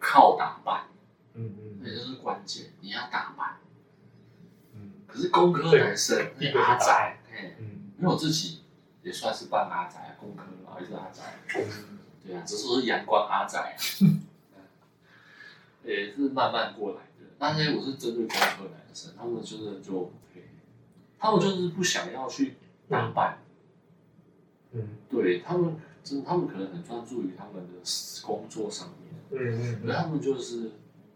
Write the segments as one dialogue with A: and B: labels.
A: 靠打败，
B: 嗯嗯
A: 对，这是关键，你要打败。
B: 嗯
A: 可是工科男生，
B: 对
A: 那个阿宅，哎，
B: 嗯
A: 因为我自己也算是半阿宅，啊工科，然后也是阿宅，
B: 嗯，
A: 对啊，只是我是阳光阿宅啊，也是慢慢过来的。但是我是针对工科男生，他们就是就，他们就是不想要去打扮，
B: 嗯
A: 对他们，真的他们可能很专注于他们的工作上面，
B: 嗯
A: 可是他们就是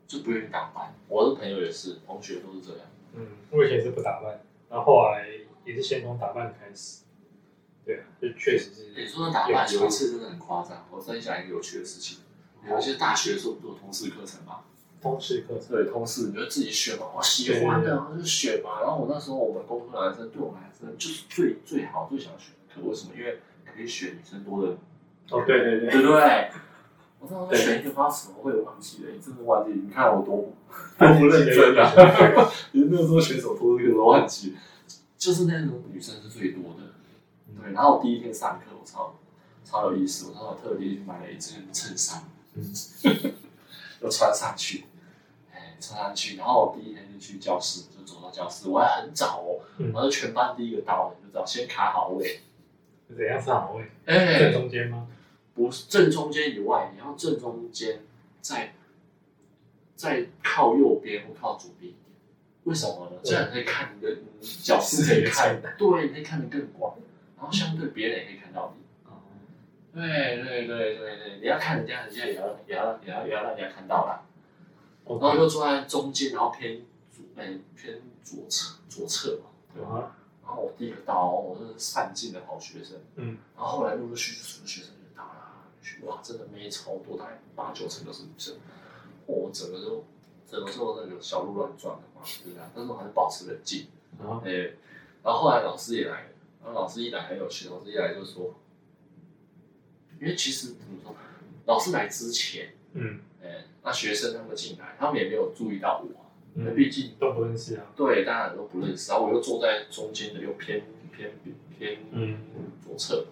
A: 就不愿意打扮。我的朋友也是，同学都是这样。
B: 嗯，我以前是不打扮，然后后来也是先从打扮开始。对啊，就确实是。
A: 你说的打扮有一次哦真的很夸张，我分享一个有趣的事情。有一些大学的时候不是有通识课程嘛，
B: 通识课程，
A: 对，通识你就自己选嘛，我喜欢的我就选嘛。然后我那时候我们工科男生对我们男生就是最最好最想选的课，为什么？因为可以选女生多的，
B: 哦对对 对，
A: 对不对？我那时候选一个不知道什么，我也忘记了，你真的忘记？你看 我多不多不认 真啊！ 你那时候选什么通识课都忘记了，就是那种女生是最多的。嗯对，然后我第一天上课，我超超有意思，我那时候特地去买了一件衬衫，
B: 嗯
A: 就穿上去，哎，穿上去，然后我第一天就去教室，就走到教室，我还很早哦，
B: 嗯
A: 我是全班第一个到的，你就知道，先卡好位，
B: 怎样是好位？在
A: 哎，
B: 中间吗？
A: 不是正中间以外，你要正中间，再再靠右边或靠左边一点，为什么呢？这样你可以看你的你角度可以看，对，你可以看得更广，然后相对别人也可以看到你。
B: 哦，
A: 对对对对对，你要看人家，人家也要也要也要也要让人家看到啦。然后
B: 哦
A: 就坐在中间，然后偏左，哎、偏左侧左侧嘛。
B: 对啊，
A: 然后我第一个到，我是善尽的好学生。
B: 嗯。
A: 然后后来陆陆续续什么学生就到啦，哇，真的没超多，大概八九成都是女生。我整个就整个就那个小鹿乱撞的嘛，对啊。但是我还是保持冷静。
B: 然后
A: 哎、然后后来老师也来了，然后老师一来很有趣，老师一来就说，因为其实怎么说，老师来之前，
B: 嗯
A: 哎、那学生他们进来，他们也没有注意到我啊，因为
B: 嗯，
A: 毕竟
B: 都不认识啊。
A: 对大家都不认识，然后我又坐在中间的，又偏偏偏
B: 嗯
A: 左侧，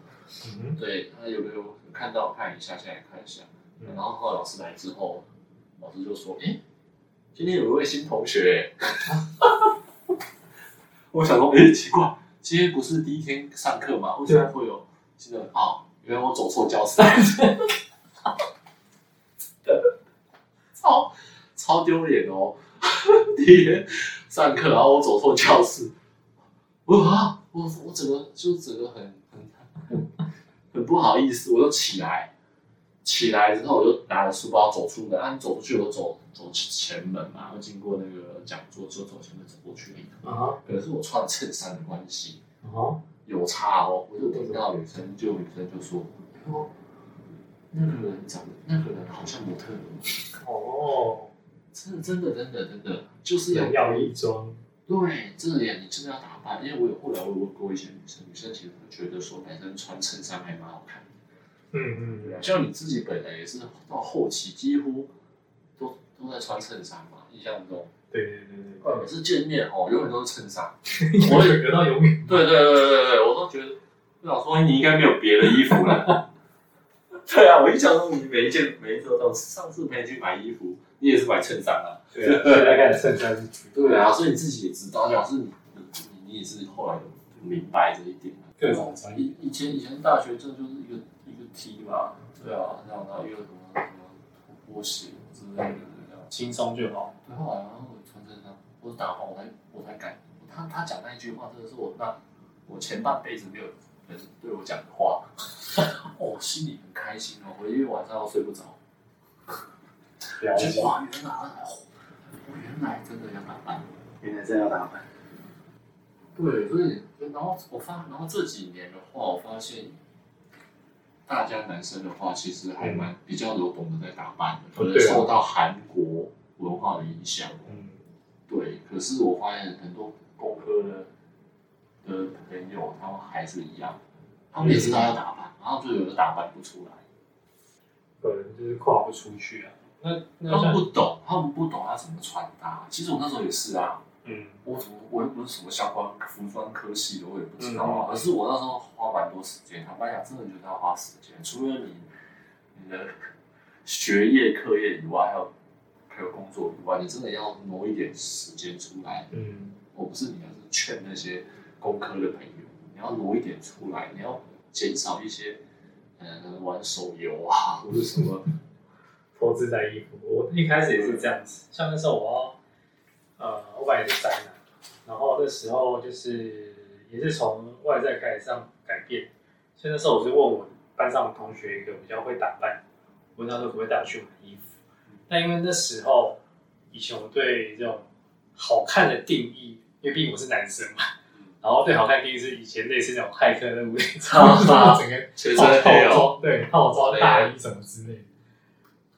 B: 嗯
A: 对，他有没有看到看一下，现在看一下，
B: 嗯
A: 然后后来老师来之后，老师就说，哎、今天有一位新同学、我想说，哎、奇怪，今天不是第一天上课吗？为什么会有新的？哦，原来我走错教室了，超超丢脸哦！第一天上课，然后我走错教室，我啊，我我整个就整个很很很很不好意思，我就起来。起来之后，我就拿着书包走出门。啊，你走出去，我就走走前门嘛，我经过那个讲座之后走前门走过去。
B: 啊
A: 可能是我穿衬衫的关系，
B: 啊，
A: 有差哦。我就听到女生，就有女生就说：“哦，那个人长得，那
B: 嗯
A: 个人好像模特儿
B: 哦，
A: 真的，真的，真的，真的，就是要
B: 人要一装，
A: 对，真的呀，你真的要打扮。因为我有后来我有问过一些女生，女生其实会觉得说男生穿衬衫还蛮好看的。”
B: 嗯嗯，
A: 像你自己本人也是到后期几乎都都在穿衬衫嘛，印象中，
B: 对对对
A: 每次见面哦，永远都是衬衫。
B: 对，我也得到永远，
A: 对对对对对，我都觉得，我想说你应该没有别的衣服了。 对啊，我印象中你每一件每一次都上次陪你去买衣服，你也是买衬衫啊。
B: 对啊，现在开始衬衫是主
A: 对啊，所以你自己也知道，表示你你你你也是后来有明白这一点。啊
B: 各种穿衣，
A: 以以前以前大学这就是一个一个 T 嘛，对啊，然后然后又有什么什么波鞋之类的这样。
B: 轻松就好。
A: 对，后啊来然后我穿衬衫，我打扮我才我才改。他他讲那一句话真的是我那我前半辈子没有人对我讲的话， 哦我、心里很开心哦，我因为晚上都睡不着，
B: 了
A: 就
B: 解，
A: 哇原来哦我原来真的要打扮。
B: 原来真要打扮。
A: 对，所以然后我发，然后这几年的话，我发现大家男生的话，其实还蛮比较有懂得在打扮的，可能
B: 嗯对啊
A: 受到韩国文化的影响。哦
B: 嗯
A: 对，可是我发现很多工科的的朋友，他们还是一样，他们也知道要打扮，然后就有的打扮不出来，
B: 可能就是跨不出去啊。那那
A: 他们
B: 像
A: 不懂，他们不懂要怎么穿搭。其实我那时候也是啊，
B: 嗯
A: 我怎么我又不是什么相关服装科系的，我也不知道啊。
B: 嗯
A: 可是我那时候花蛮多时间，坦白讲，真的啊觉得要花时间。除了你你的学业课业以外，还有还有工作以外，你真的要挪一点时间出来。
B: 嗯，
A: 我不是你，要是劝那些工科的朋友，你要挪一点出来，你要减少一些，呃，玩手游啊，或者什么。
B: 投资在衣服。我一开始也是这样子，像那时候我要，呃，我本来是宅男，然后那时候就是也是从外在开始上改变，所以那时候我是问我班上的同学一个比较会打扮，我问他说可不可以带我去买衣服
A: 嗯。
B: 但因为那时候以前我对这种好看的定义，因为毕竟我是男生嘛
A: 嗯，
B: 然后对好看的定义是以前类似那种骇客任务 那
A: 哈哈
B: 种，整个
A: 全
B: 套
A: 身黑哦，
B: 装，对，套装大衣什么之类的。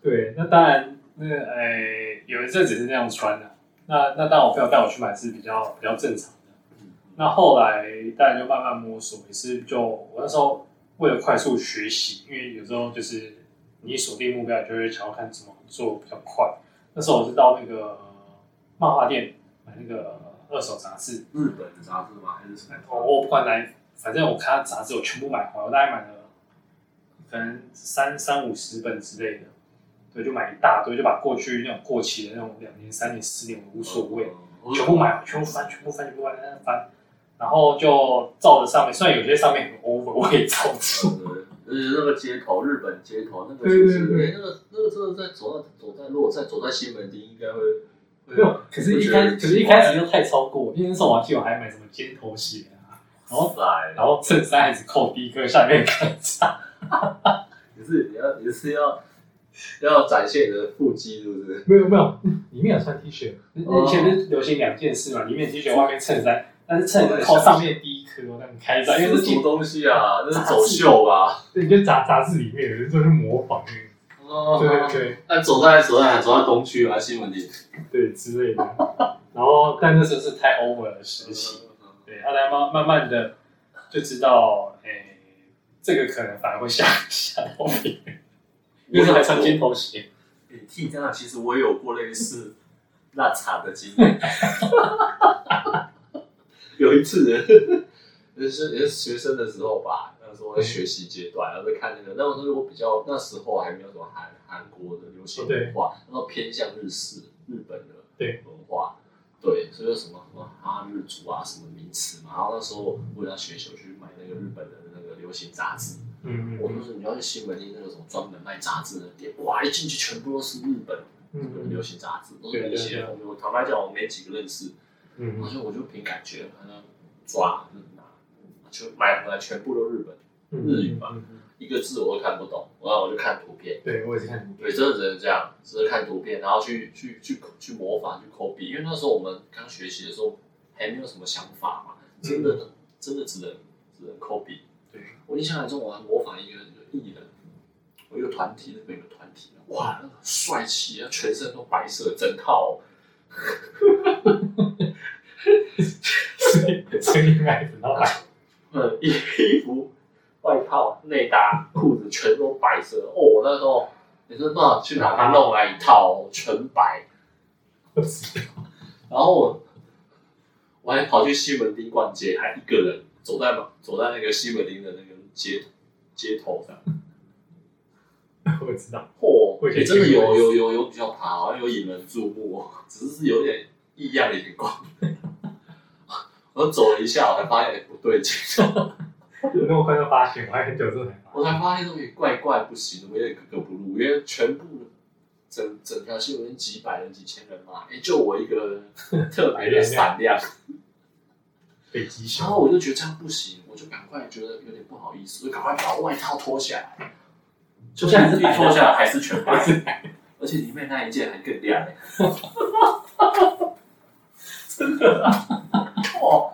B: 对，那当然，那呃，有一阵子是那样穿的、那那当然，我朋友带我去买是比较比较正常的。那后来当然就慢慢摸索，也是就我那时候为了快速学习，因为有时候就是你一锁定目标，你就会想要看怎么做比较快。那时候我是到那个呃漫画店买那个呃二手杂志，
A: 日本的杂志吗？还是什么？
B: 哦我我不管哪一，反正我看他杂志，我全部买回来，我大概买了可能三三五十本之类的，对，就买一大堆，就把过去那种过期的那种两年、三年、四年我无所谓，
A: 我
B: 全部买，全部翻，全部翻，全部翻，全部翻，然后就照着上面，虽然有些上面很 over，我也照 着。
A: 呃而且那个街头，日本街头那个
B: 对
A: 其实
B: 对对
A: 哎那个那个真的在走在走在，如果在走在西门町，应该会会
B: 没有， 可是一开，可是一开始就太超过，因为那时候我还记得我还买什么尖头鞋啊，然后
A: 塞，
B: 然后衬衫还只扣第一个，下面开叉，
A: 你是你要你是要要展现你的腹肌，是不是？
B: 没有没有，里面有穿 T 恤，
A: 哦
B: 嗯以前是流行两件事嘛，里面 T 恤，外面衬衫，但是衬衫靠哦上面第一颗那种开展，因为
A: 这
B: 是
A: 是什么
B: 挺
A: 东西啊？这是走秀吧？
B: 对，就杂杂志里面有人就是模仿那
A: 哦
B: 个，对对
A: 那走在走在走在东区啊，西门町
B: 对之类的。然后，但那时候是太 over 了时期，对，后来慢慢慢的就知道，哎、这个可能反而会吓吓到别人，因为还穿尖头鞋，
A: 你听你这样，其实我也有过类似烂惨的经验。 有一次，也是也是学生的时候吧，那时候在学习阶段，然后在看那个，那时候我比较那时候还没有什么韩韩国的流行文化，然后偏向日式日本的
B: 对
A: 文化，对，所以有什么什么哈日族啊什么名词嘛，然后那时候为了学习我去买那个日本的那个流行杂志，
B: 嗯
A: 我就是你要去西门町那个什么专门卖杂志的店，哇，一进去全部都是日本流
B: 嗯
A: 行杂志，都是那些。我我坦白讲，我没几个认识，然
B: 嗯
A: 后我就凭感觉，反正抓就拿，就买回来全部都日本，一个字我都看不懂，然后我就看图片，
B: 对我也是看，
A: 对，真的只能这样，只能看图片，然后去去去去模仿去 copy，因为那时候我们刚学习的时候还没有什么想法嘛，真的
B: 嗯
A: 真的只能只能 copy。
B: 对，
A: 我印象中我还模仿一个艺人，我一个团体，日本有个团体，哇，那个帅气啊，全身都白色，整套、
B: 所以所以买不到。
A: 呃衣衣服、外套、内搭、裤子全都白色。哦，我那时候也是不知道去哪边弄来一套、哦、全白，
B: 不知道
A: 然后我我还跑去西门町逛街，还一个人走在走在那个西门町的那个街街头上。
B: 我知道，
A: 嚯、
B: 会
A: 欸真的有有有有比较爬，好像有引人注目哦，只是有点异样的眼光。 我走了一下，我才发现、欸不对劲，
B: 有那么快就发现，我还很久之后才发
A: 我才发现这里怪怪不行，我有点格格不入，因为全部整整条新闻几百人、几千人嘛，哎、就我一个人特别的闪亮，
B: 现被击
A: 然后我就觉得这样不行，我就赶快觉得有点不好意思，我就赶快把外套脱下来，就
B: 像你自己脱下
A: 来还是全白， 而且里面那一件还更亮、欸，真的啊，哦，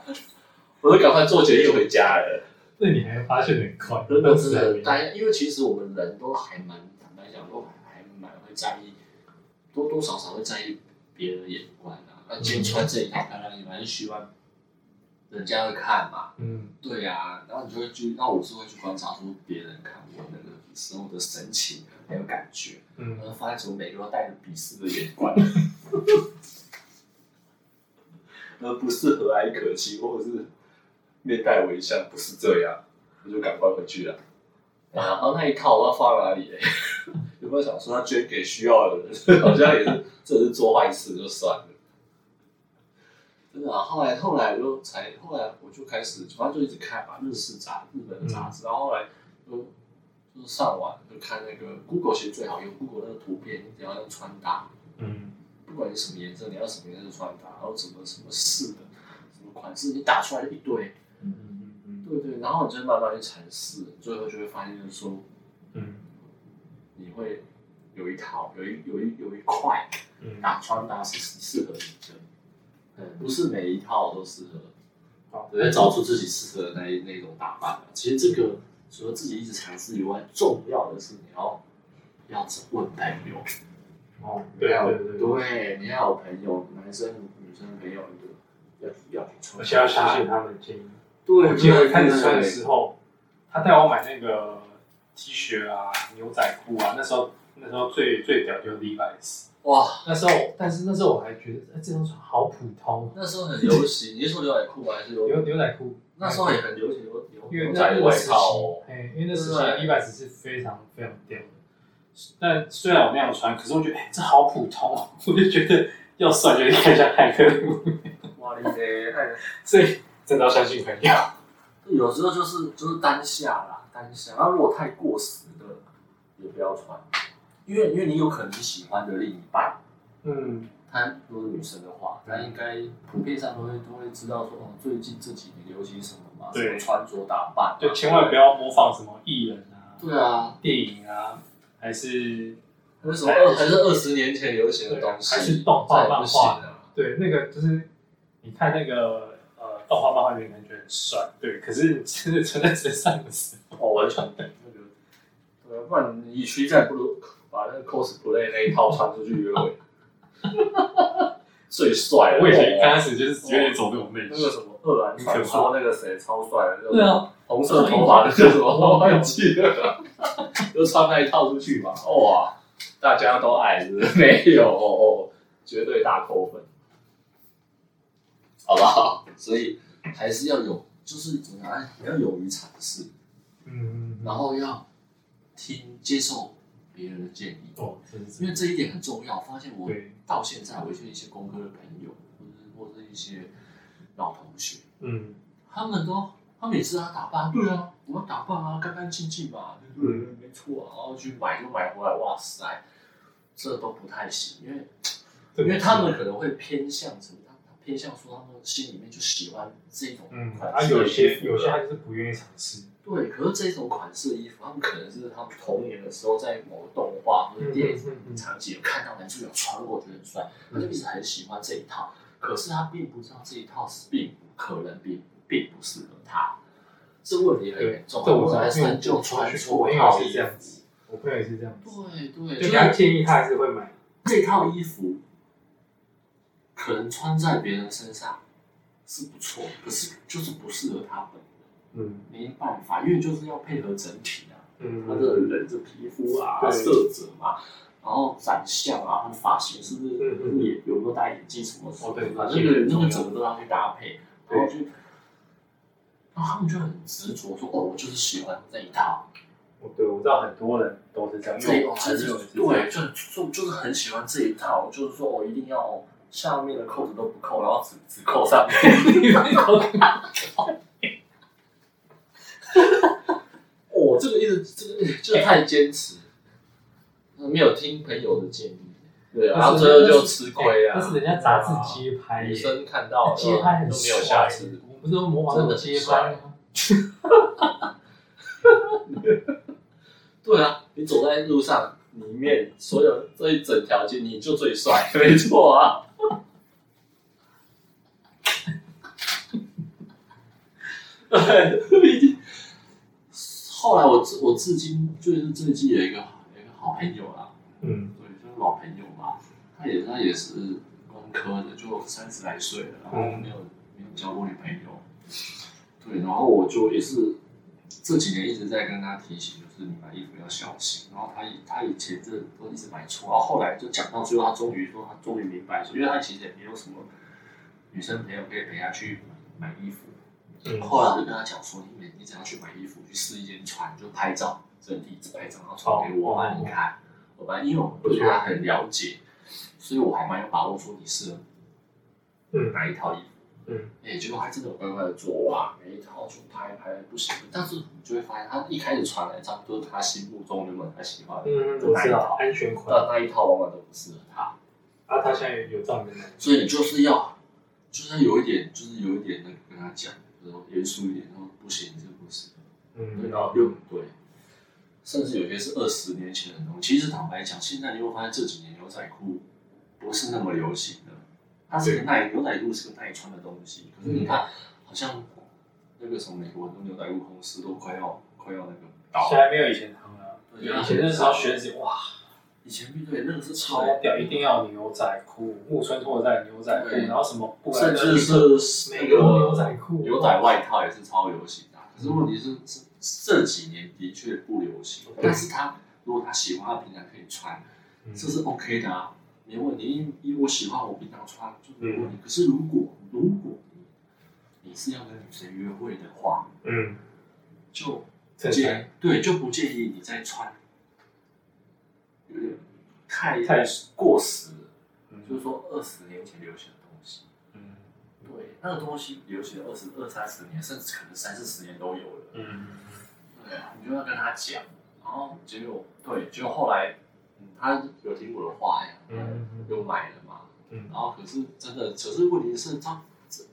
A: 我就赶快坐捷运回家了。
B: 那你还发现得很快，
A: 真的是
B: 那
A: 很
B: 时还
A: 大家，因为其实我们人都还蛮坦白讲，都还蛮会在意，多多少少会在意别人的眼光啊。那今天穿这一套漂亮，你蛮希望人家会看嘛。
B: 没嗯，
A: 对啊，然后你就会去，那我是会去观察出别人看我那个时候的神情啊还有感觉，然
B: 嗯，
A: 后发现怎么每个都带着鄙视的眼光，而不是和蔼可亲，或者是面带微笑，不是这样，我就赶快回去了。然后那一套我要放哪里、欸？ 有没有想说他捐给需要的人？ 好像也是，这是做坏事就算了。真的啊，后来后来就才后来我就开始，反正就一直看嘛，日式杂日本的杂志，然后后来就就是上网就看那个 Google 其实最好用，Google 那个图片，你只要用穿搭，
B: 嗯，
A: 不管你什么颜色，你要什么颜色穿搭，然后什么什么式的，什么款式，你打出来就一堆。
B: 嗯嗯嗯
A: 对对，然后你就会慢慢去尝试，最后就会发现就是说，
B: 嗯
A: 你会有一套，有一有一有一块
B: 嗯嗯，
A: 打穿搭是适合你的，嗯，不是每一套都适合。
B: 好，
A: 对，找出自己适合的那一那一种打扮。其实这个除了自己一直尝试以外，重要的是你要要问朋友，
B: 哦，
A: 你
B: 对
A: 要
B: 对对对，
A: 对，你要有朋友，男生女生朋友，你就要要去穿
B: 我现在要相信他们的建议。
A: 对，
B: 我记得我一开始
A: 对
B: 穿的时候，他带我买那个 T 恤啊、牛仔裤啊，那时候那时候最最屌就是 Levi's。
A: 哇，
B: 那时候，但是那时候我还觉得，哎、这双穿好普通，
A: 那时候很流行，你是说牛仔裤吗还是
B: 牛
A: 牛？
B: 牛仔裤。
A: 那时候也很流行牛
B: 因为
A: 牛
B: 那
A: 仔
B: 那个
A: 外
B: 时期
A: 套哦，，
B: 哎，因为那时期
A: 对
B: Levi's 是非常非常屌的。但虽然我那样穿，可是我觉得，哎、这好普通哦， 我就觉得要算就应该像骇客路，
A: 哇你嘞，太
B: 所以 真的要相信朋友。
A: 有时候就是就是当下啦，当下。那如果太过时的，也不要穿，因为因为你有可能你喜欢的另一半，
B: 嗯，
A: 她如果是女生的话，她应该普遍上都会都会知道说，哦，最近这几年流行什么嘛，什么
B: 对
A: 穿着打扮嘛，
B: 就千万不要模仿什么艺人啊、
A: 对啊，
B: 电影啊，还是
A: 还是什么二还是二十年前流行的东西，
B: 还是动画
A: 再
B: 漫画
A: 也不行了
B: 对，那个就是你看那个呃动画漫画，你感觉很帅，对，可是你真的穿在身上的时候，
A: 哦，完全那个，对啊，不然你去再不如把那个 cosplay 那一套穿出去约会， 最帅了，
B: 我以前
A: 哇
B: 刚开始就是有点走这种类
A: 那个
B: 型，
A: 什么恶兰传说那个谁超帅的，那
B: 对
A: 个
B: 啊，
A: 红色头发的叫什么？我忘记 了，就穿那一套出去嘛，哇，大家都爱是不是没有哦，哦绝对大扣分，好不好？所以还是要有，就是怎么讲，哎你要勇于尝试，
B: 嗯，
A: 然后要听接受别人的建议，
B: 哦，真
A: 因为
B: 是
A: 这一点很重要。发现我
B: 对，
A: 到现在，我一些一些工科的朋友，或者或者一些老同学。
B: 嗯
A: 他们都，他们也是要打扮，对啊，我要打扮啊，干干净净嘛，
B: 嗯，
A: 没错啊，然后去买就买回来，哇塞，这都不太行，因为因为他们可能会偏向什么，他他偏向说他们心里面就喜欢这种
B: 嗯，
A: 款
B: 啊，
A: 式的
B: 有
A: 衣
B: 些
A: 服
B: 有些
A: 啊
B: 他就是不愿意尝试，
A: 对，可是这种款式的衣服，他们可能是他们童年的时候在某个动画或者电影
B: 嗯嗯
A: 场景有看到男主角穿过，觉得很帅，他就一直很喜欢这一套，可是他并不知道这一套是并不可能并并不适合他，这问题很
B: 对
A: 严，重。啊
B: 这我知
A: 可
B: 道，
A: 能
B: 因为
A: 三
B: 我
A: 就
B: 我
A: 穿
B: 去
A: 错
B: 我朋
A: 套
B: 友也
A: 衣
B: 是这样
A: 服，
B: 子，我朋友也是这样子，
A: 对对，
B: 就
A: 就
B: 给他
A: 是
B: 建议，他还是会买，
A: 这套衣服可能穿在别人身上是不错，可是就是不适合他本人，
B: 嗯
A: 没办法，因为就是要配合整体啊。他
B: 嗯
A: 的人的皮肤啊、
B: 对
A: 色泽嘛，然后长相啊、他的发型是不是
B: 嗯嗯
A: 也有没有戴眼镜什么什么
B: 哦对
A: 反正那个那个整个都要去搭配，
B: 对
A: 然后就，然后他们就很执着说：“哦，我就是喜欢这一套，
B: 我对我知道很多人都是这样，因
A: 这
B: 为
A: 一
B: 我朋
A: 这
B: 友也
A: 就是
B: 这
A: 对，
B: 样，
A: 就就就是很喜欢这一套，就是说我一定要哦下面的扣子都不扣，然后只只扣上面。”哦，这个一直这个这个太坚持，没有听朋友的建议，对啊，然后最后就吃亏啊
C: 但。是人家杂志街拍耶，
A: 女生看到了
C: 街拍很
A: 都没
C: 帅
A: 有下次，
C: 我们不是都模仿那种街拍吗？
A: 对啊，你走在路上里面，所有这一整条街你就最帅，没错啊。 对，已经后来我自我至今就是最近有一个有一个好朋友啊啦、
B: 嗯
A: 对，就是老朋友嘛，他也他也是工科的，就三十来岁了，然后没有没有交过女朋友，对，然后我就也是这几年一直在跟他提醒，就是你买衣服要小心。然后他以他以前这都一直买错，然后后来就讲到最后，他终于说他终于明白说，因为他其实也没有什么女生朋友可以陪他去买买衣服，
B: 嗯，
A: 后来我就跟他讲说，你每你只要去买衣服，去试一件穿，就拍照，整体拍照，然后传给我
C: 哦
A: 妈看。我本来因为我对他很了解，所以我还蛮有把握说你适合
B: 嗯
A: 哪一套衣服。
B: 嗯，
A: 哎、结果他真的有乖乖的做，哇，每一套就拍拍不行。但是你就会发现，他一开始传来的差不多是他心目中原本他喜欢的，
B: 嗯，我知道安全款。
A: 但那一套往往都不适合他。
B: 啊，他现在有照你的奶，
A: 所以你就是要，就是有一点，就是有一点那个跟他讲，就是严肃一点，然后不行，这不是，
B: 嗯，
A: 然后又很对，甚至有些是二十年前的东西。其实坦白讲，现在你会发现这几年牛仔裤不是那么流行了，它是个耐牛仔裤是个耐穿的东西。可
B: 嗯
A: 是你看，好像那个什么美国很多牛仔裤公司都快要快要那个倒
B: 现
A: 了。
B: 在没有以前夯了。以前那时候学姐哇，
A: 以前对那个是超
B: 超屌，一定要牛仔裤，木村拓哉牛仔裤，
A: 对
B: 然后什么布莱
A: 甚
B: 德
A: 至是那
B: 美
A: 个
B: 国牛仔裤
A: 牛仔外套也是超流行的啊。可是问题是，是这几年的确不流行，但是他如果他喜欢，他平常可以穿，
B: 嗯
A: 这是 OK 的啊，没问题。因因为我喜欢，我平常穿就没
B: 嗯
A: 问题。可是如果如果你是要跟女生约会的话，
B: 嗯，
A: 就不
B: 衬衫
A: 建对就不建议你再穿，有点太
B: 太
A: 过时了，就
B: 嗯
A: 是说二十年前流行的东西。
B: 嗯
A: 对，那个东西流行了二十二三十年，甚至可能三四十年都有了。
B: 嗯，
A: 对啊，你就要跟他讲，然后结果对，结果后来，嗯，他有听我的话呀，
B: 嗯嗯
A: 又买了嘛，
B: 嗯
A: 然后可是真的，可是问题是他这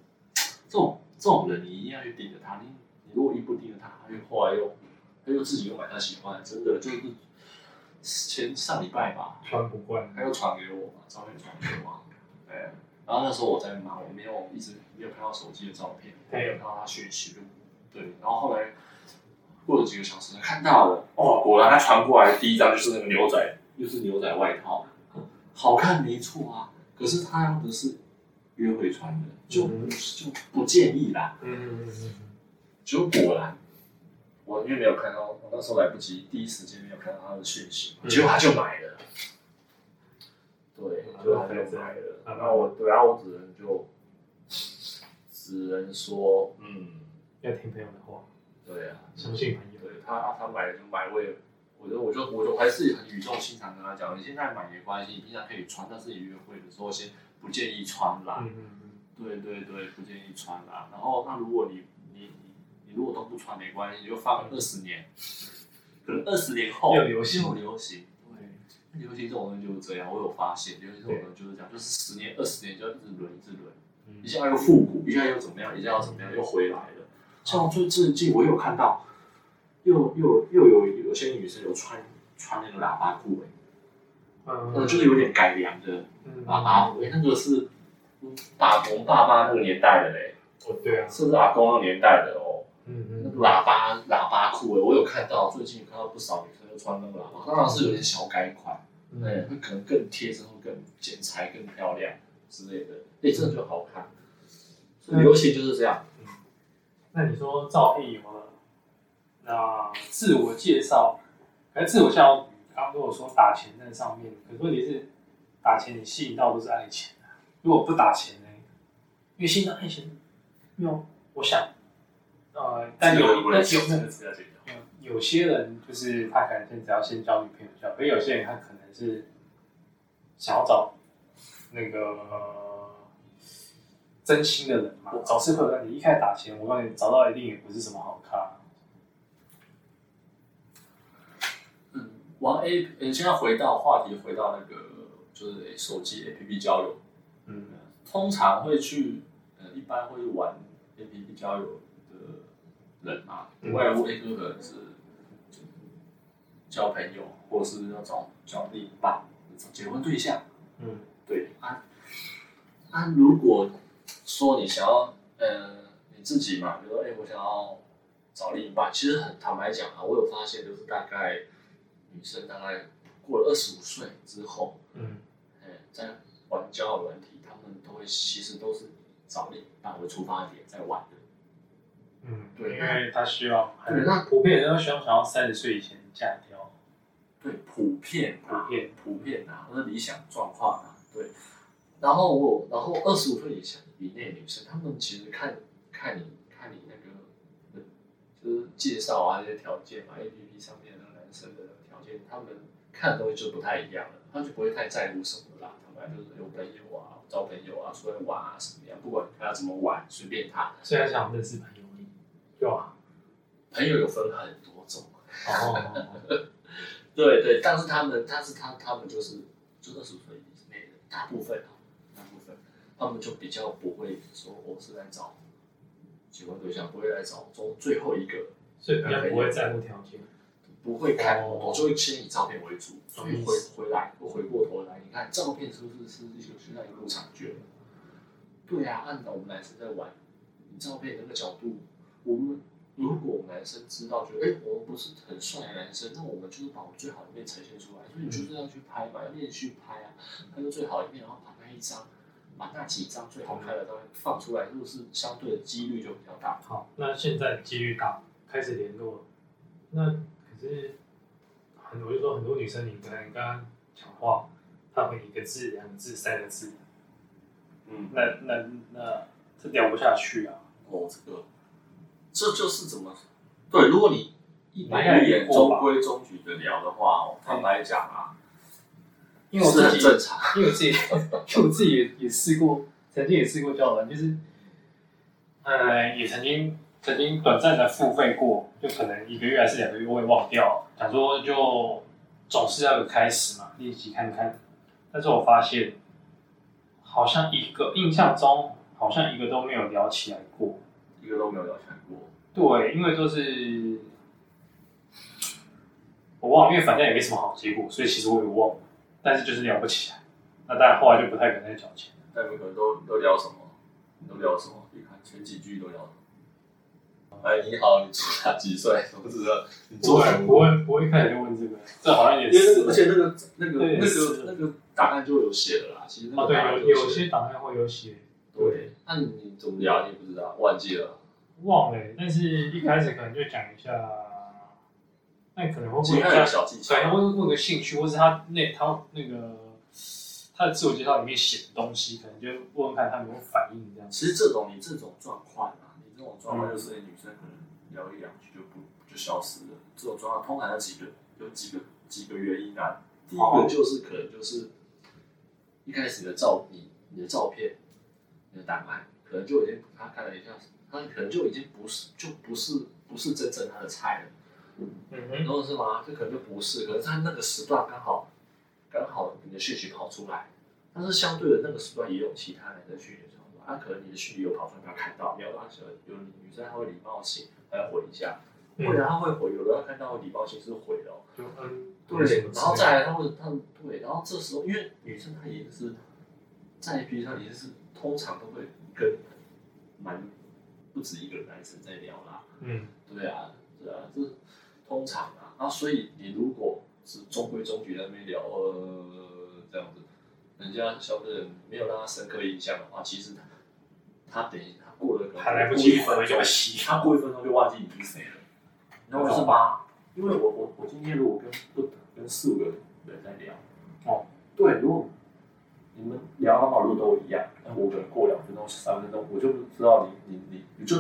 A: 这种这种人，你一定要去盯着他，你你如果一不盯着他，他又后来又他又自己又买他喜欢的，真的就是前上礼拜吧，
B: 穿不惯，
A: 他又传给我嘛，照片传给我嘛，对。然后那时候我在忙，我没有一直没有看到手机的照片，
B: 对
A: 没有看到他讯息，就对。然后后来过了几个小时，看到了，哦，果然他传过来的第一张就是那个牛仔，又是牛仔外套，好看没错啊，可是他要的是约会穿的，就、
B: 嗯
A: 就不建议啦。
B: 嗯
A: 结果果然，我因为没有看到，我那时候来不及，第一时间没有看到他的讯息，
B: 嗯
A: 结果他就买了。对，
B: 嗯
A: 结果他就买了。
B: 嗯
A: 然后我，对，然啊后我只能就，只能说，嗯，
B: 要听朋友的话，
A: 对啊，
C: 相信朋友，
A: 对他他买了就买，我也，我就我就我就还是很语重心长跟他讲，你现在买没关系，你平常可以穿，但是你约会的时候先不建议穿啦。
B: 嗯嗯
A: 对对对，不建议穿啦。然后，那如果你你你你如果都不穿没关系，你就放二十年，可能二十年后
B: 又流行
A: 又流行。对，流行这种东西就是这样，我有发现，流行这种东西就是这样，就是十年、二十年就要一直轮，一直轮，
B: 嗯
A: 一，下又复古，一下又怎么样，一下又怎么样，又回来了。像最最近我有看到，又又又有有些女生有穿穿那个喇叭裤、欸，呃，
B: 嗯
A: 就是有点改良的喇叭裤，欸那个是嗯爸我们爸妈那个年代的嘞、
B: 哦对啊，
A: 甚至阿公那年代的哦，
B: 嗯
A: 那
B: 嗯
A: 个喇叭喇叭裤，欸我有看到，最近有看到不少女生都穿那个喇叭，当然是有点小改款，对，
B: 嗯，
A: 会可能更贴身，会更剪裁更漂亮之类的，哎，这就好看。所以流行就是这样，
B: 那你说照片有了，那自我介绍，而自我介绍，刚刚跟我说打钱在上面，可是问题是打钱你吸引到不是爱情啊，如果不打钱呢？因为吸引到爱情，没有，我想，呃，但有但有那个
A: 这个
B: 嗯有些人就是他可能先只要先交女朋友交，可是有些人他可能是想要找那个、呃真心的人嘛，找吃客人。你一开始打钱，我告诉你，找到一定也不是什么好咖。
A: 嗯，玩 A，呃，现在回到话题，回到那个就是诶手机 APP 交友，
B: 嗯
A: 通常会去呃，一般会玩 A P P 交友的人啊，
B: 嗯
A: 不外乎一个可能是就交朋友，或者是要找找另一半、找结婚对象。
B: 嗯
A: 对啊，啊，如果说你想要呃你自己嘛，比如说哎、我想要找另一半，其实很坦白讲啊，我有发现就是大概女生大概过了二十五岁之后，
B: 嗯
A: 嗯，在玩交友软体，他们都会其实都是以找另一半为出发点在玩的。
B: 嗯，
A: 对
B: 因为他需要，
A: 对那
B: 普遍人都希望想要三十岁以前嫁掉。
A: 对，普遍
B: 普遍
A: 普遍啊，那理想状况啊，对。然后我，然后二十五岁以下以内的女生，她们其实看看你看你那个，就是介绍啊这些条件嘛，A P P 上面的来生的条件，他们看的东西就不太一样了，他就不会太在乎什么啦。他们就是有朋友啊，交朋友啊，出来玩啊，什么样，不管他怎么玩，随便他。
C: 虽然想认识朋友而已，对吧？
A: 朋友有分很多种，
C: 哦，
A: 对对，但是他们，但是他他们就是就二十岁以内的大部分啊，大部分他们就比较不会说我是来找结婚对象，不会来找中最后一个，
C: 所以比较不会在乎条件。
A: 不会看
C: 哦
A: 我，我就会先以照片为主，所以
C: 嗯
A: 回回来我回过头来，你看照片是不是是有现在有入场券？对啊，按照我们男生在玩，你照片那个角度，我们如果我们男生知道觉得哎、诶我们不是很帅的男生，那我们就是把我们最好的一面呈现出来，所以你就是要去拍嘛，要练去拍啊，拍出最好的一面，然后把那一张，把那几张最好看的照片放出来，就是相对的几率就比较大。
C: 好，那现在几率大，开始联络了。那可是很多，我就说很多女生，你可能跟她讲话，她会一个字、两个字、三个字，
A: 嗯，
B: 那那那这聊不下去啊。
A: 哦，这个，这就是怎么对？如果你一
B: 白一眼中
A: 规中矩的聊的话，哦，
B: 坦
A: 白讲啊，
B: 因为我自己，
A: 常。
B: 因为我自己，因为我自己也也试过，曾经也试过交友软件，就是，呃，也曾经曾经短暂的付费过，就可能一个月还是两个月，我也忘掉了。想说就总是要有开始嘛，练习看看。但是我发现，好像一个印象中好像一个都没有聊起来过。
A: 一个都没有聊全过。
B: 对，因为就是我忘了，因为反正也没什么好结果，所以其实我也忘了，但是就是聊不起来。那当然后来就不太可能再交钱。
A: 但你们可能都都聊什么？你都聊什么？你看前几句都聊什么？哎，你好，你住哪几岁？什么之类的？你
B: 不
A: 住哪
B: 会不会不会一开始就问这个，这好像也
A: 因为那
B: 是
A: 个，而且那个那个
B: 对
A: 那
B: 是
A: 个那个答案就有写了啦。其实那
C: 哦，
A: 个
C: 对，
A: 答案
C: 有
A: 就
C: 有
A: 写了
C: 些档案会有写
A: 对。那你你怎么聊？你也不知道，忘记了。
C: 忘了，欸但是一开始可能就讲一下，那可能会
A: 其
C: 问
A: 实
C: 一
A: 还有
C: 下
A: 个，小技巧
B: 可，能会问个兴趣，或是他那他那个他的自我介绍里面写的东西，可能就问问看他有没有反应这样。
A: 其实这种你这种状况啊，你这种状况就是女生可能聊一两句就不就消失了。这种状况通常有几个有几个几个原因啊。第一个就是可能就是一开始你的照你你的照片你的档案，可能就已经他看了一下，他可能就已经不是就不是不是真正他的菜了。
C: 嗯
A: 然
C: 哼，
A: 后是吗？这可能就不是，可能他那个时段刚好刚好你的讯息跑出来，但是相对的那个时段也有其他人的讯息跑出来，啊，可能你的讯息有跑出来，他看到，你要让小有女生她会礼貌性，她要回一下，
C: 嗯
A: 或者她会回，有的她看到礼貌性是回了哦，
C: 就嗯，
A: 对，然后再来他会他们对，然后这时候因为女生她也是在 B 上也是通常都会跟蛮不止一个男生在聊啦，
C: 嗯，
A: 对啊，对啊，这是通常啊。啊，所以你如果是中规中矩在那边聊，呃，这样子，人家消费人没有让他深刻印象的话，其实他他等于他过了可能
C: 还来不
A: 过
C: 及
A: 一分钟
C: 游，戏，
A: 他过一分钟就忘记你是谁了，你懂我意思吗？因为我我我今天如果跟不跟四五个人在聊，
B: 哦，
A: 对，如果你们聊方法如果都一样，那我可能过两分钟、三分钟，我就不知道你你你你就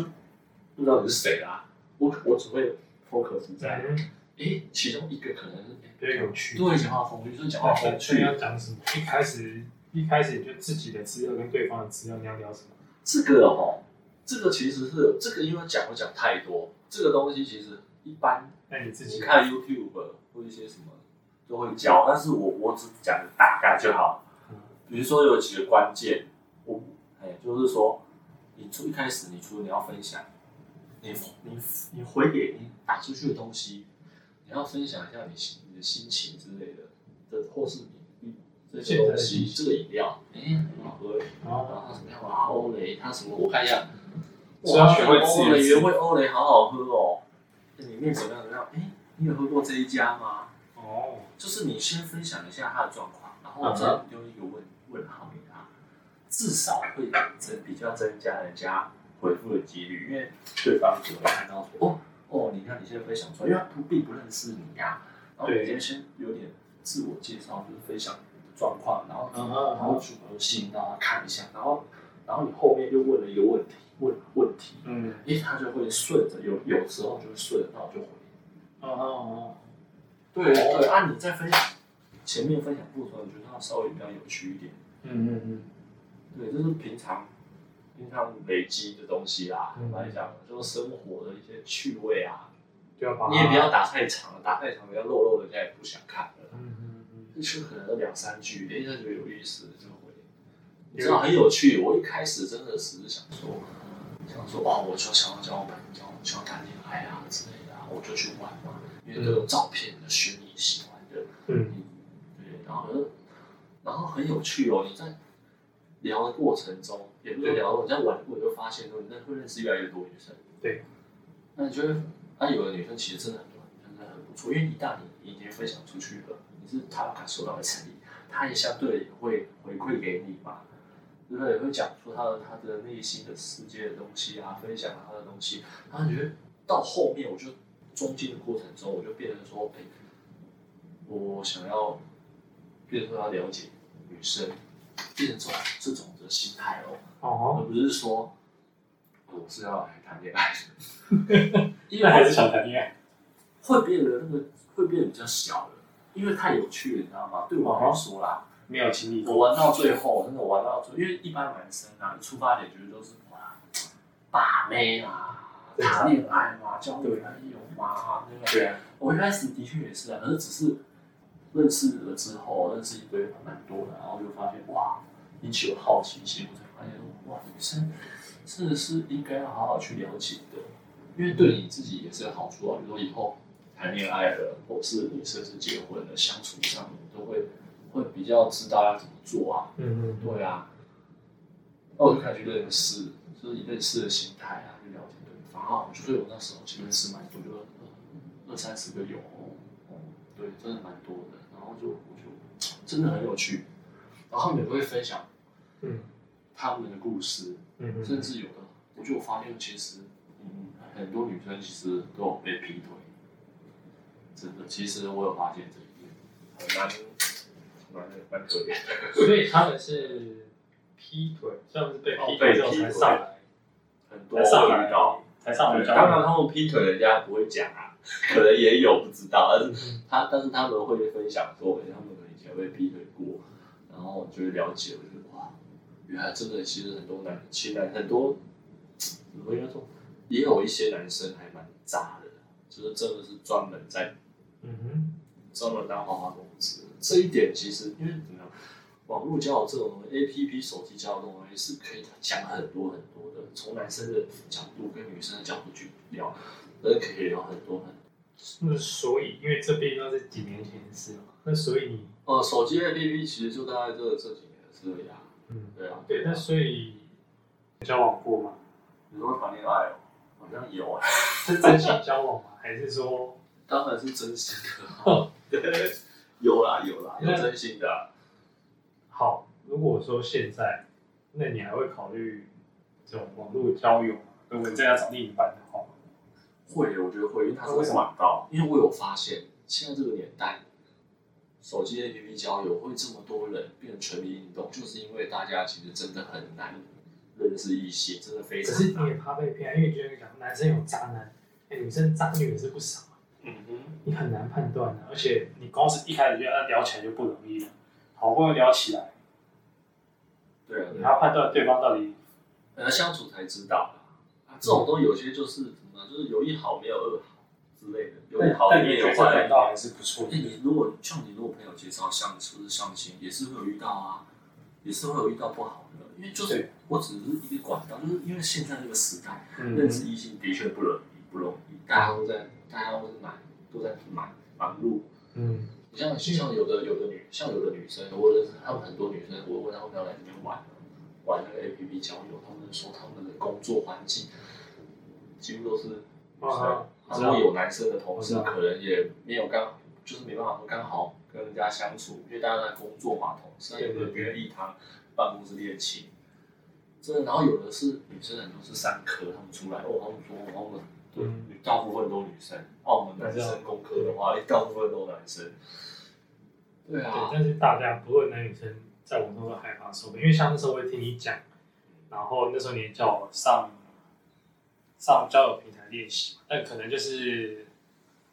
A: 不知道你是谁啦。我我只会 focus 在
C: 嗯，
A: 诶、其中一个可能是
C: 比较有趣。
A: 对讲话风趣，就是讲话
C: 那
A: 风
C: 可
A: 趣
C: 能，要讲什么？一开始一开始就自己的资料跟对方的资料，你要聊什么？
A: 这个哦，这个其实是这个，因为讲会讲太多，这个东西其实一般
C: 那你自
A: 你
C: 己
A: 看 YouTube 或一些什么都会教，但是我我只讲大概就好。
C: 嗯
A: 比如说有几个关键，我哎，就是说，你出一开始你除了你要分享，你你你回给你打出去的东西，你要分享一下你心你的心情之类的，这或是你你这些东西，这个饮料，哎、很好喝，
C: 然后
A: 然后它什么样啊？欧蕾，它什么？我看一下，
B: 所以要学会自
A: 欧
B: 言
A: 蕾
B: 自语
A: 原味欧蕾好好喝哦，这里面怎么样怎么样？哎、你有喝过这一家吗？
C: 哦，
A: 就是你先分享一下他的状况，然后
B: 嗯
A: 再丢一个问问号给他，至少会增比较增加人家回复的几率，因为对方只会看到说哦哦，你看你现在分享出来，因为他不并不认识你呀、然后
C: 对
A: 你先先有点自我介绍，就是分享你的状况，然后
C: 嗯
A: 然后主核心让他看一下，然后然后你后面又问了一个问题，问问题，
B: 嗯，
A: 诶，他就会顺着有有时候就会顺着，然后就回
C: 哦哦哦，
A: 对对，啊，你在分享前面分享部分，我觉得它稍微比较有趣一点。
B: 嗯嗯嗯，
A: 对，就是平常平常累积的东西啦，
C: 嗯
A: 来讲就是生活的一些趣味啊。
C: 就要把它
A: 你也不要打太长，打太长比较肉肉，人家也不想看了。
C: 嗯嗯嗯，
A: 一圈可能有两三句，人家觉得有意思就会，你
C: 有
A: 知道很有趣。我一开始真的只是想说，想说哦，我就想要交朋友，想要谈恋爱啊之类的啊、我就去玩嘛，因为都有照片的选你喜欢的，
C: 嗯，
A: 对，然后就然后很有趣哦，你在聊的过程中，也不是聊，你在玩的过程中发现说，你真的会认识越来越多女生，
C: 对，
A: 那你就会，那有的女生其实真的很多，真的很不错，因为一旦你已经分享出去了，你是她有感受到的诚意，她也相对也会回馈给你嘛，对不对？也会讲出她的她的内心的世界的东西啊，分享她的东西，然后你觉得到后面，我就中间的过程中，我就变成说，哎、我想要变成说要了解女生，变成这种这种的心态哦，而
C: 哦，
A: 不是说呃我是要来谈恋爱的，因
B: 那还是
A: 为
B: 想谈恋爱。
A: 会变得那个会变得比较小了，因为太有趣了，你知道吗？对我来说啦，
B: 没有经历
A: 我玩到最后，真的玩到最，因为一般男生啊，你出发点觉得都是哇，把妹啊，谈恋爱嘛，交女朋友嘛，对不对？
B: 对啊，
A: 我一开始的确也是啊，可是只是认识了之后，认识一堆蛮多的，然后就发现哇，引起我好奇心，我才发现哇，女生真的是应该要好好去了解的，因为对你自己也是有好处啊。比如说以后谈恋爱了，或是你甚至结婚了，相处上你都会会比较知道要怎么做啊。
C: 嗯嗯，
A: 对啊，那哦我就开始去认识，就是以认识的心态啊，去了解对方啊。我觉得我那时候其实认识蛮多，就二二三十个有哦，哦对，真的蛮多的。然后就我就真的很有趣，然后他们也会分享
C: 嗯
A: 他们的故事，
C: 嗯嗯，
A: 甚至有的，我就发现其实，嗯，很多女生其实都有被劈腿，真的，其实我有发现这一点，很难，蛮蛮可怜的。
C: 所以他们是劈腿，他们是被劈腿之后才上来，
A: 很多
B: 才上
A: 遇
B: 来
A: 到，，
B: 才上来
A: 对
B: 交
A: 当然
B: 往。
A: 他们劈腿人家不会讲啊， 可能也有不知道，但是他但是他们会分享说，哎他们以前被劈腿过，然后我就会了解，我就觉得哇，原来真的其实很多男其实男很多，怎么应该说，也有一些男生还蛮渣的，就是真的是专门在
C: 嗯哼，
A: 专门当花花公子。这一点其实因为怎么样，网络交友这种东西，A P P 手机交友这种东西是可以讲很多很多的，从男生的角度跟女生的角度去聊，真的可以聊很多很多。
C: 那所以因为这毕竟都是几年前的事嘛，那所以你，
A: 呃，手机 A P P 其实就大概这这几年的事而已啊。
C: 嗯，
A: 对啊，
C: 对，那所以交往过吗？
A: 你说谈恋爱哦，好像有啊，
C: 是真心交往吗？还是说，
A: 当然是真心的 啊。对，有啦有啦，有
C: 那
A: 真心的啊、
C: 好，如果说现在，那你还会考虑这种网络交友吗？如果你真的要找另一半的话，
A: 会，我觉得会，因为它是
C: 那啊为什么
A: 管道。因为我有发现，现在这个年代，手机 APP 交友会这么多人变成沉迷运动，就是因为大家其实真的很难认识异性，真的非
C: 可
A: 常
C: 是你
A: 难。
C: 也怕被
B: 啊
C: 骗，因为你觉得讲男生有渣男，哎、女生渣女也是不少啊，
A: 嗯哼，
C: 你很难判断啊。而且
B: 你光是一开始就要聊起来就不容易了，好不容易聊起来，
A: 对啊，
B: 你
A: 对
B: 还
A: 啊，
B: 要判断对方到底
A: 呃，相处才知道啦。啊这种东西有些就是什么，就是有一好没有二好之类的，有一好
B: 但
A: 里
B: 你
A: 面
B: 也
A: 有
B: 觉得这
A: 坏
B: 管。道还是不错
A: 哎、
B: 的。
A: 你如果像你如果朋友介绍相是不是相亲，也是会有遇到啊，也是会有遇到不好的，因为就是
B: 对
A: 我只是一个管道，就是因为现在这个时代，
C: 嗯
A: 认识异性的确不容易，不容易，大家都在，大家都是忙，都在忙忙碌。
C: 嗯
A: 你像像有的有的女，像有的女生，我认识他们很多女生，我问她们要来这边玩，玩那个 A P P 交友，他们说他们的工作环境几乎都是女生
C: 啊，
A: 然后有男生的同事可能也没有刚，就是没办法说刚好跟人家相处，因为大家都在工作嘛，同事有的约一堂办公室恋情，真的，然后有的是女生很多是三科，他们出来哦，他们说他们对
C: 嗯，
A: 大部分都女生，澳门男生工科的话，大部分都男生，对
C: 对
A: 啊，，
C: 但是大家不论男女生，在网上都害怕受骗，因为像那时候我也听你讲，然后那时候你也叫我上上交友平台练习，但可能就是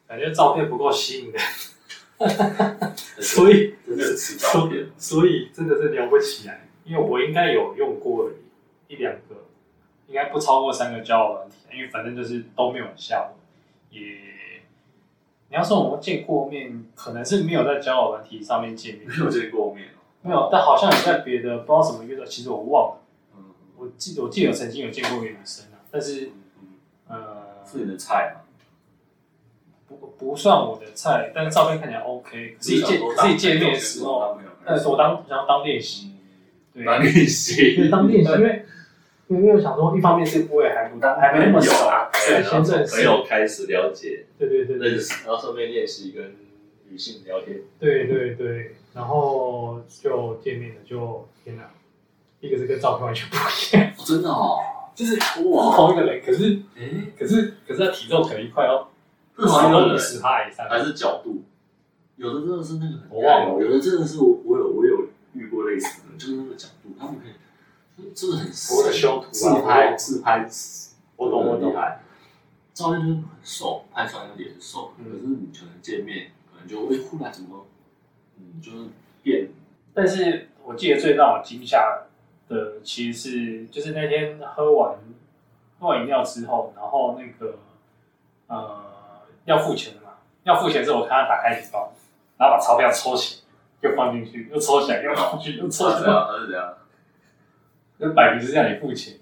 C: 感觉照片不够吸引人，
B: 所以
A: 真的有吃照
B: 所
A: 片
B: 以，所以真的是聊不起来，
C: 因为我应该有用过一两个，
B: 应该不超过三个交友软体，因为反正就是都没有效，也你要说我们见过面，可能是没有在交友软体上面 见面
A: 没，有见过面哦。
B: 没有，但好像也在别的不知道什么约的，其实我忘了，
A: 嗯
B: 我记得我记得有曾经有见过一个女生啊，但是
A: 嗯嗯，
B: 呃
A: 是你的菜吗？
B: 不不算我的菜，但是照片看起来 OK，可是一见可是一见面的时候，但是我当想要当练习，对，
A: 当练习，
B: 对，当练习，因为因为我想说，一方面是不会还不大，还没那么熟，
A: 啊
B: 对，先认
A: 朋
B: 识，
A: 友开始了解、
C: 对对对对
A: 认识，然后顺便练习跟女性聊天。
C: 对对对，然后就见面了，就天哪，一个是跟照片完全不一样，
A: 哦真的哦，
B: 就是
A: 哇
B: 同一个人，可是
A: 诶，
B: 可是可是他体重可能快要
A: 这好像有
B: 二
A: 人
B: 十趴以上，
A: 还是角度，有的真的是那个很
B: 我忘了
A: 盖哦有的真的是我我有我有遇过类似的，就是那个角度，他们可以就是真的很
B: 我的修图啊
A: 自
B: 我
A: 拍自拍，
B: 我懂我懂
A: 厉害。照片就是很瘦，拍出来那脸是瘦，
B: 嗯
A: 可是你可能见面，可能就会哎忽然怎么，嗯，就是变
B: 但是我记得最让我惊吓的，其实是就是那天喝完喝完饮料之后，然后那个呃要付钱的嘛，要付钱之后，我看他打开钱包，然后把钞票抽起来，又放进去，又抽起来，又放进去，又抽
A: 他
B: 起
A: 是
B: 来，
A: 样，他是怎样？
B: 就摆明是让你付钱。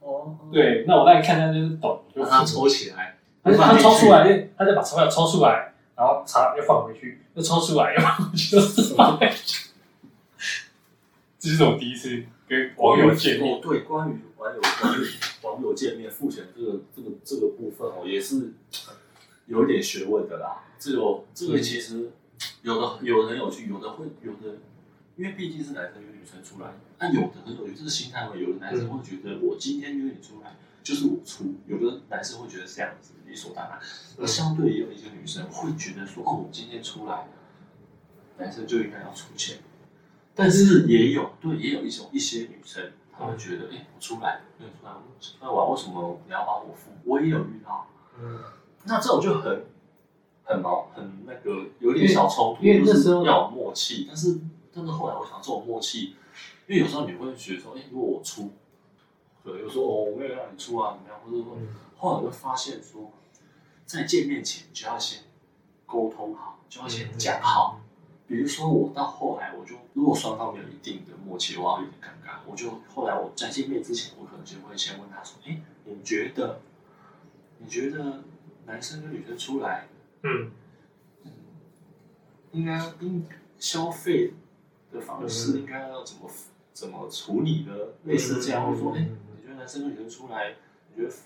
A: 哦，
B: 对，那我当然看他就是懂，就
A: 让
B: 付
A: 他抽起来，
B: 他就他抽出来，就他就把钞票抽出来，然后查又放回去，又抽出来又放回去，又放回去。这是我第一次跟网友见面，
A: 哦，对，关于网友关于网友见面付钱这个这个这个部分哦，也是有一点学问的啦。这个这个其实有的有的很有趣，有的会有的，因为毕竟是男生约女生出来，但有的很有趣，这个心态会有的男生会觉
B: 嗯
A: 得我今天约你出来就是我出，有的男生会觉得这样子理所当然。那相对也有一些女生会觉得说，哦，我今天出来，男生就应该要出钱。但是也有对，也有一种一些女生，她会觉得，哎、我出来，没有出来，我出来玩，为什么你要帮我付？我也有遇到，
C: 嗯，
A: 那这种就很很毛，很那个，有点小冲突，
C: 因为因为那时候
A: 就是要有默契。但是但是后来我想，这种默契，因为有时候你会觉得说，哎、如果我出，对，有时候哦，我没有让你出啊，怎么样，或者说。
C: 嗯
A: 后来我就发现说，在见面前就要先沟通好，就要
C: 嗯
A: 先讲好。，比如说我到后来，我就如果双方没有一定的默契，我要有点尴尬。我就后来我在见面之前，我可能就会先问他说：“哎、你觉得你觉得男生跟女生出来，
C: 嗯，
A: 嗯，应该应消费的方
C: 嗯
A: 式应该要怎么怎么处理呢？类似这样，
C: 嗯
A: 我说，哎、
C: 嗯
A: 你觉得男生跟女生出来，你觉得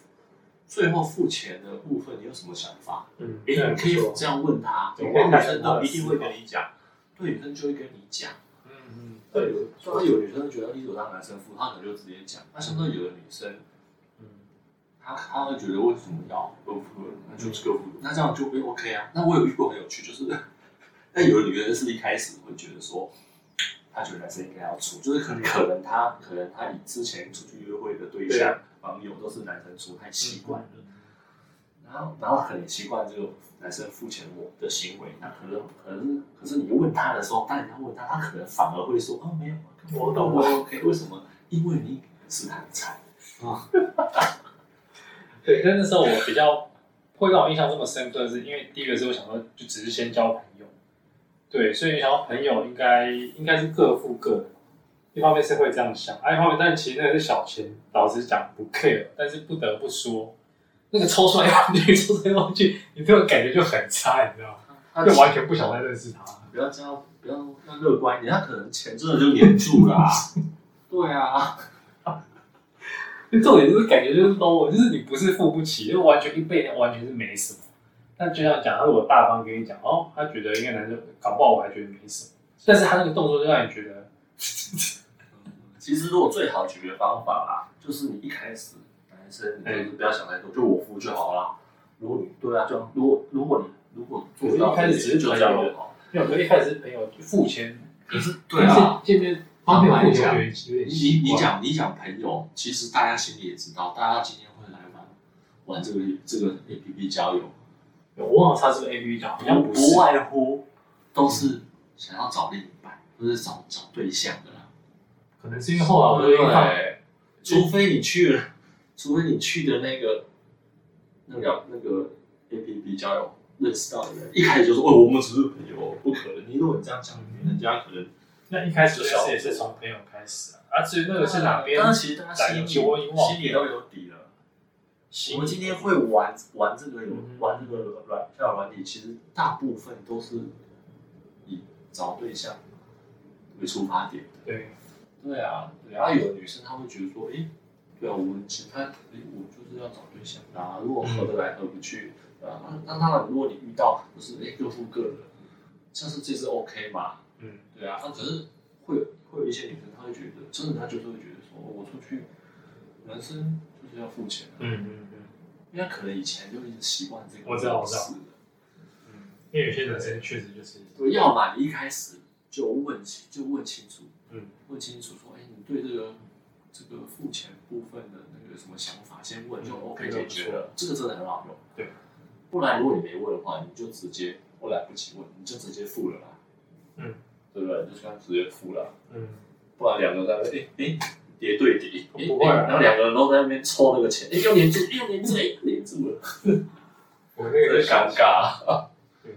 A: 最后付钱的部分，你有什么想法？
C: 嗯，
A: 哎、你可以这
C: 样，
A: 样问他，
C: 对
A: 有
C: 可以
A: 啊
C: 看
A: 女生
C: 他的
A: 都一定
C: 思
A: 会
C: 考
A: 跟你讲，对女生就会跟你讲。
B: 嗯嗯，
A: 对，有虽然有女生觉得理所当然生付，她可能就直接讲。那相对有的女生，
B: 嗯
A: 她她会觉得为什么要我付，那就是个付，那这样就会 OK 啊。那我有遇过很有趣，就是那有的女生是一开始会觉得说，她觉得男生应该要出，就是可能可能她可能她以之前出去约会的对
C: 对
A: 象
C: 啊嗯
A: 网友都是男生出，太习惯了。然后，然后很习惯这个男生付钱我的行为，那可能可能可是你问他的时候，当你要问他，他可能反而会说哦没有，我懂我 OK，为什么？因为你是他的菜，
B: 对。但那时候我比较会让我印象这么深刻，是因为第一个是我想说，就只是先交朋友，对，所以想要朋友应该应该是各付各的。一方面是会这样想，啊，一方面但其实那个是小钱，老实讲不 care，但是不得不说，那个抽出来玩具， 抽出来玩具，你这种感觉就很差，你知道吗？
A: 他
B: 就完全不想再认识他。
A: 不要这样，不要要乐观一点，他可能钱真的就黏住了、啊。对啊，
B: 就重点就是感觉就是 low，就是你不是付不起，就完全一倍，完全是没什么。但就像讲，他如果大方跟你讲，哦，他觉得应该男生搞不好，我还觉得没什么。但是他那个动作就让你觉得，
A: 其实如果最好解决方法啦，就是你一开始男生你就是不要想太多，就我付就好啦。如果你对啊，就如果如果你如果做不到这
B: 可
A: 一
B: 是一开始
A: 点，就
B: 只是朋
A: 这
B: 友
A: 样就好。
B: 因为我们一开始是朋友就付钱，
A: 可是对啊，
B: 见见面
A: 坦白
B: 付钱
A: 讲
B: 有点有点
A: 你
B: 奇
A: 你
B: 怪，
A: 讲你讲朋友，其实大家心里也知道，大家今天会来玩玩这个这个 A P P 交友，
B: 我忘了他是不是 A P P 讲，好像
A: 不
B: 是，
A: 外乎都是想要找另一半，或是找找对象的啦。
C: 可能是因为后来我的英法
A: 对，除非你去了，除非你去的那个那个那个 A P P 交友认识到的人，一开始就说哦，我们只是朋友，不可能。你如果你这样讲，人家可能
C: 那一开始认识也是从朋友开始啊，啊，至于那个是哪边
A: 当然，其实大家心里
C: 来的我忘
A: 心里都有底了。
C: 吸
A: 我
C: 引，
A: 们今天会玩玩这个游
C: 嗯
A: 玩这个软票软体，其实大部分都是以找对象为出发点。
C: 对，
A: 对啊，对啊，有的女生她会觉得说，诶，对啊，我们其他，诶，我就是要找对象啊，如果合得来合不去，啊，那那当然，如果你遇到就是诶各付各的，像是这是 OK 嘛，
C: 嗯，
A: 对啊，那可是会有会有一些女生，她会觉得，真的她就是会觉得说，哦我出去，男生就是要付钱、啊，
C: 嗯嗯嗯
A: 因为她可能以前就一直习惯这个
C: 我知道我知道
A: 模式了
C: 嗯，因为有些男生确实就是，
A: 对，要么你一开始就问清，就问清楚，
C: 嗯，
A: 问清楚说，哎、你对这个这个付钱部分的那个什么想法，先问就
C: 嗯
A: OK
C: 这个
A: 解
C: 不
A: 决
C: 错
A: 了，这个真的很好用。
C: 对，
A: 不然如果你没问的话，你就直接我来不及问，你就直接付了啦。
C: 嗯，
A: 对不对？你就刚直接付了，
C: 嗯，
A: 不然两个在那边，哎、哎，叠对叠，哎
C: 不会啊
A: 哎然后两个人都在那边抽那个钱，哎、又连住，又连住，哎、连住了，
C: 我那个
A: 真
C: 就是
A: 尴，尬。
C: 对，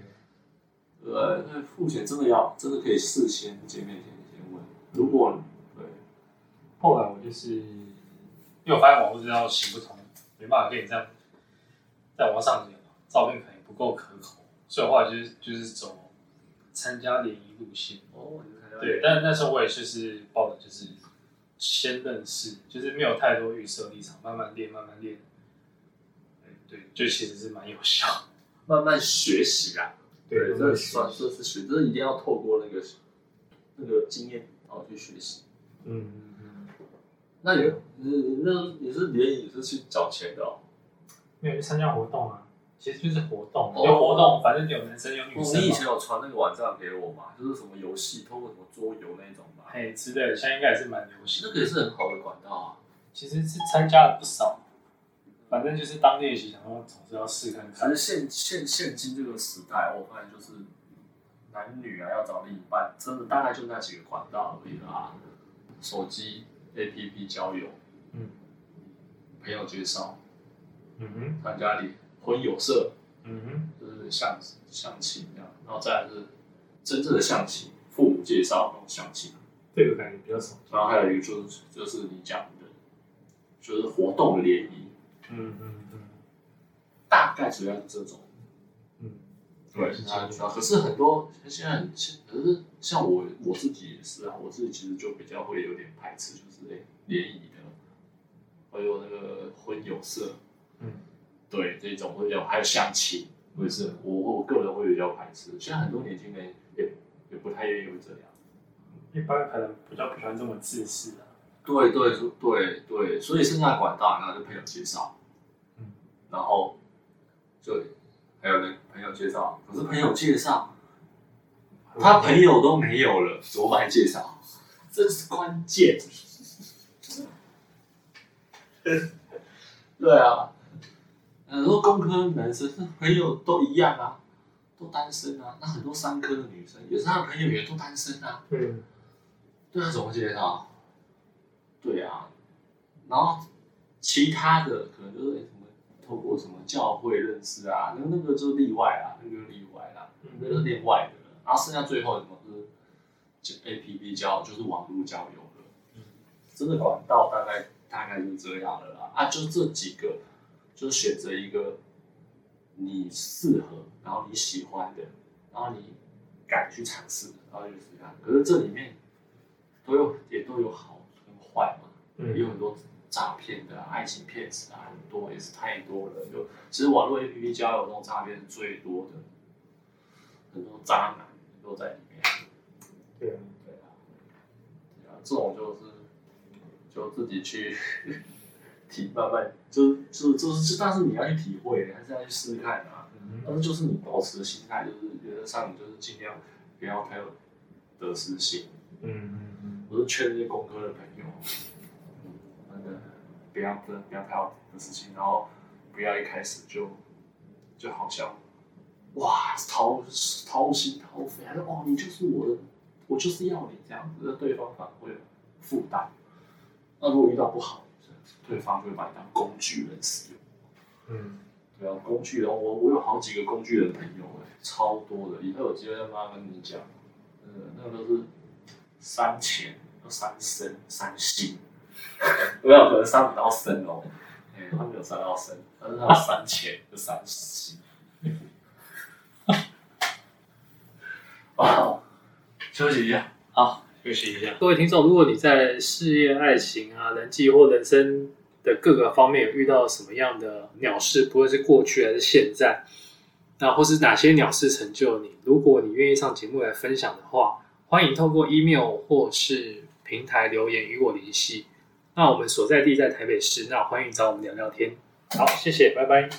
A: 呃，那付钱真的要，真的可以事先见面前先问。如果对，
B: 后来我就是，因为我发现网络资料行不通，没办法跟你这样在网上聊，照片可能也不够可口，所以后来就是就是走参加联谊路线。
A: 哦，你看
B: 对，但但是我也就是抱着就是先认识，就是没有太多预设立场，慢慢练，慢慢练。哎对，就其实是蛮有效。
A: 慢慢学习啦。
C: 对，
A: 这算这是学，这一定要透过那个那个经验，然后去学习。
C: 嗯嗯嗯，
A: 那你你你那你是联谊是去找钱的哦？
C: 没有去参加活动啊，其实就是活
B: 啊
C: 动，
A: 哦
C: 有活动，反正有男生有女
A: 你
C: 生
A: 以
C: 嘛，
A: 前有传那个网站给我嘛？就是什么游戏，透过什么桌游那种嘛？
B: 哎之类的，现在应该也是蛮流行
A: 那
B: 的。
A: 个也是很好的管道啊。
B: 其实是参加了不少，反正就是当练习，想说总是要试看
A: 其实。
B: 看
A: 现现现今这个时代，我发现就是男女啊要找另一半，真的大概就那几个管道而已啦。手机 APP 交友，
C: 嗯，
A: 朋友介绍，
C: 嗯哼，
A: 参加里婚友社，
C: 嗯哼，
A: 就是相相亲这样，然后再来是真正的相亲，父母介绍那种相亲，
C: 这个感觉比较少，
A: 然后还有一个就是就是你讲的，就是活动联谊，
C: 嗯嗯嗯
A: 大概主要是这种。
C: 嗯，
A: 对，是他主要。可是很多现在很现，可是像我我自己也是啊，我自己其实就比较会有点排斥，就是哎联谊的，还有那个婚友社，
C: 嗯，
A: 对这种会比较，还有相亲，我也是，我我个人会比较排斥。现在很多年轻人也也不太愿意这样。
B: 一般可能比较不喜欢这么自私啊。
A: 对对对对，所以剩下的管道然后就朋友介绍，
C: 嗯，
A: 然后就还有那朋友介绍，可是朋友介绍。他朋友都没有了，怎么来介绍？这是关键。对啊，很多工科男生朋友都一样啊，都单身啊。那很多商科的女生也是他的朋友也都单身啊。
C: 嗯，
A: 对啊，怎么介绍？对啊，然后其他的可能就是、诶什么透过什么教会认识啊，那那个就例外啦，那个就例外啦。那个是另外的，然后剩下最后什么就是就 A P P 交友，就是网络交友了。
C: 嗯
A: 真的管道大概大概就是这样了啦。啊，就这几个，就选择一个你适合，然后你喜欢的，然后你敢去尝试的，然后就试试看。可是这里面都有也都有好跟坏嘛。
C: 嗯，
A: 也有很多诈骗的、啊、爱情骗子啊，很多也是太多了。就其实网络 APP 交友这种诈骗是最多的，很多渣男都在里面。
C: 对啊，
A: 对啊，对啊，这种就是就自己去 体慢慢，就是就是就是，但是你要去体会，还是要去试试看啊。
C: 嗯
A: 但是就是你保持的心态，就是原则上你就是尽量不要太有得失心。
C: 嗯嗯
A: 我是劝那些工科的朋友，那个不要不不要太好的事情，然后不要一开始就就好像哇掏掏心掏肺，他说哦你就是我的，我就是要你这样子，那对方反而会有负担。那如果遇到不好的人，对方就会把你当工具人使用。
C: 嗯，
A: 对啊，工具人，我我有好几个工具人朋友哎、超多的，以后有机会再慢慢跟你讲。嗯，那个都是三钱、三生、三心， 没有可能三不到生哦、哎，他没有三到生，但是他有三 钱跟三心。啊，休息一下。
B: 好，
C: 休息一下。
B: 各位听众，如果你在事业、爱情啊、人际或人生的各个方面有遇到什么样的鸟事，不论是过去还是现在，那或是哪些鸟事成就你，如果你愿意上节目来分享的话，欢迎透过 email 或是平台留言与我联系。那我们所在地在台北市，那欢迎找我们聊聊天。好，谢谢，拜拜。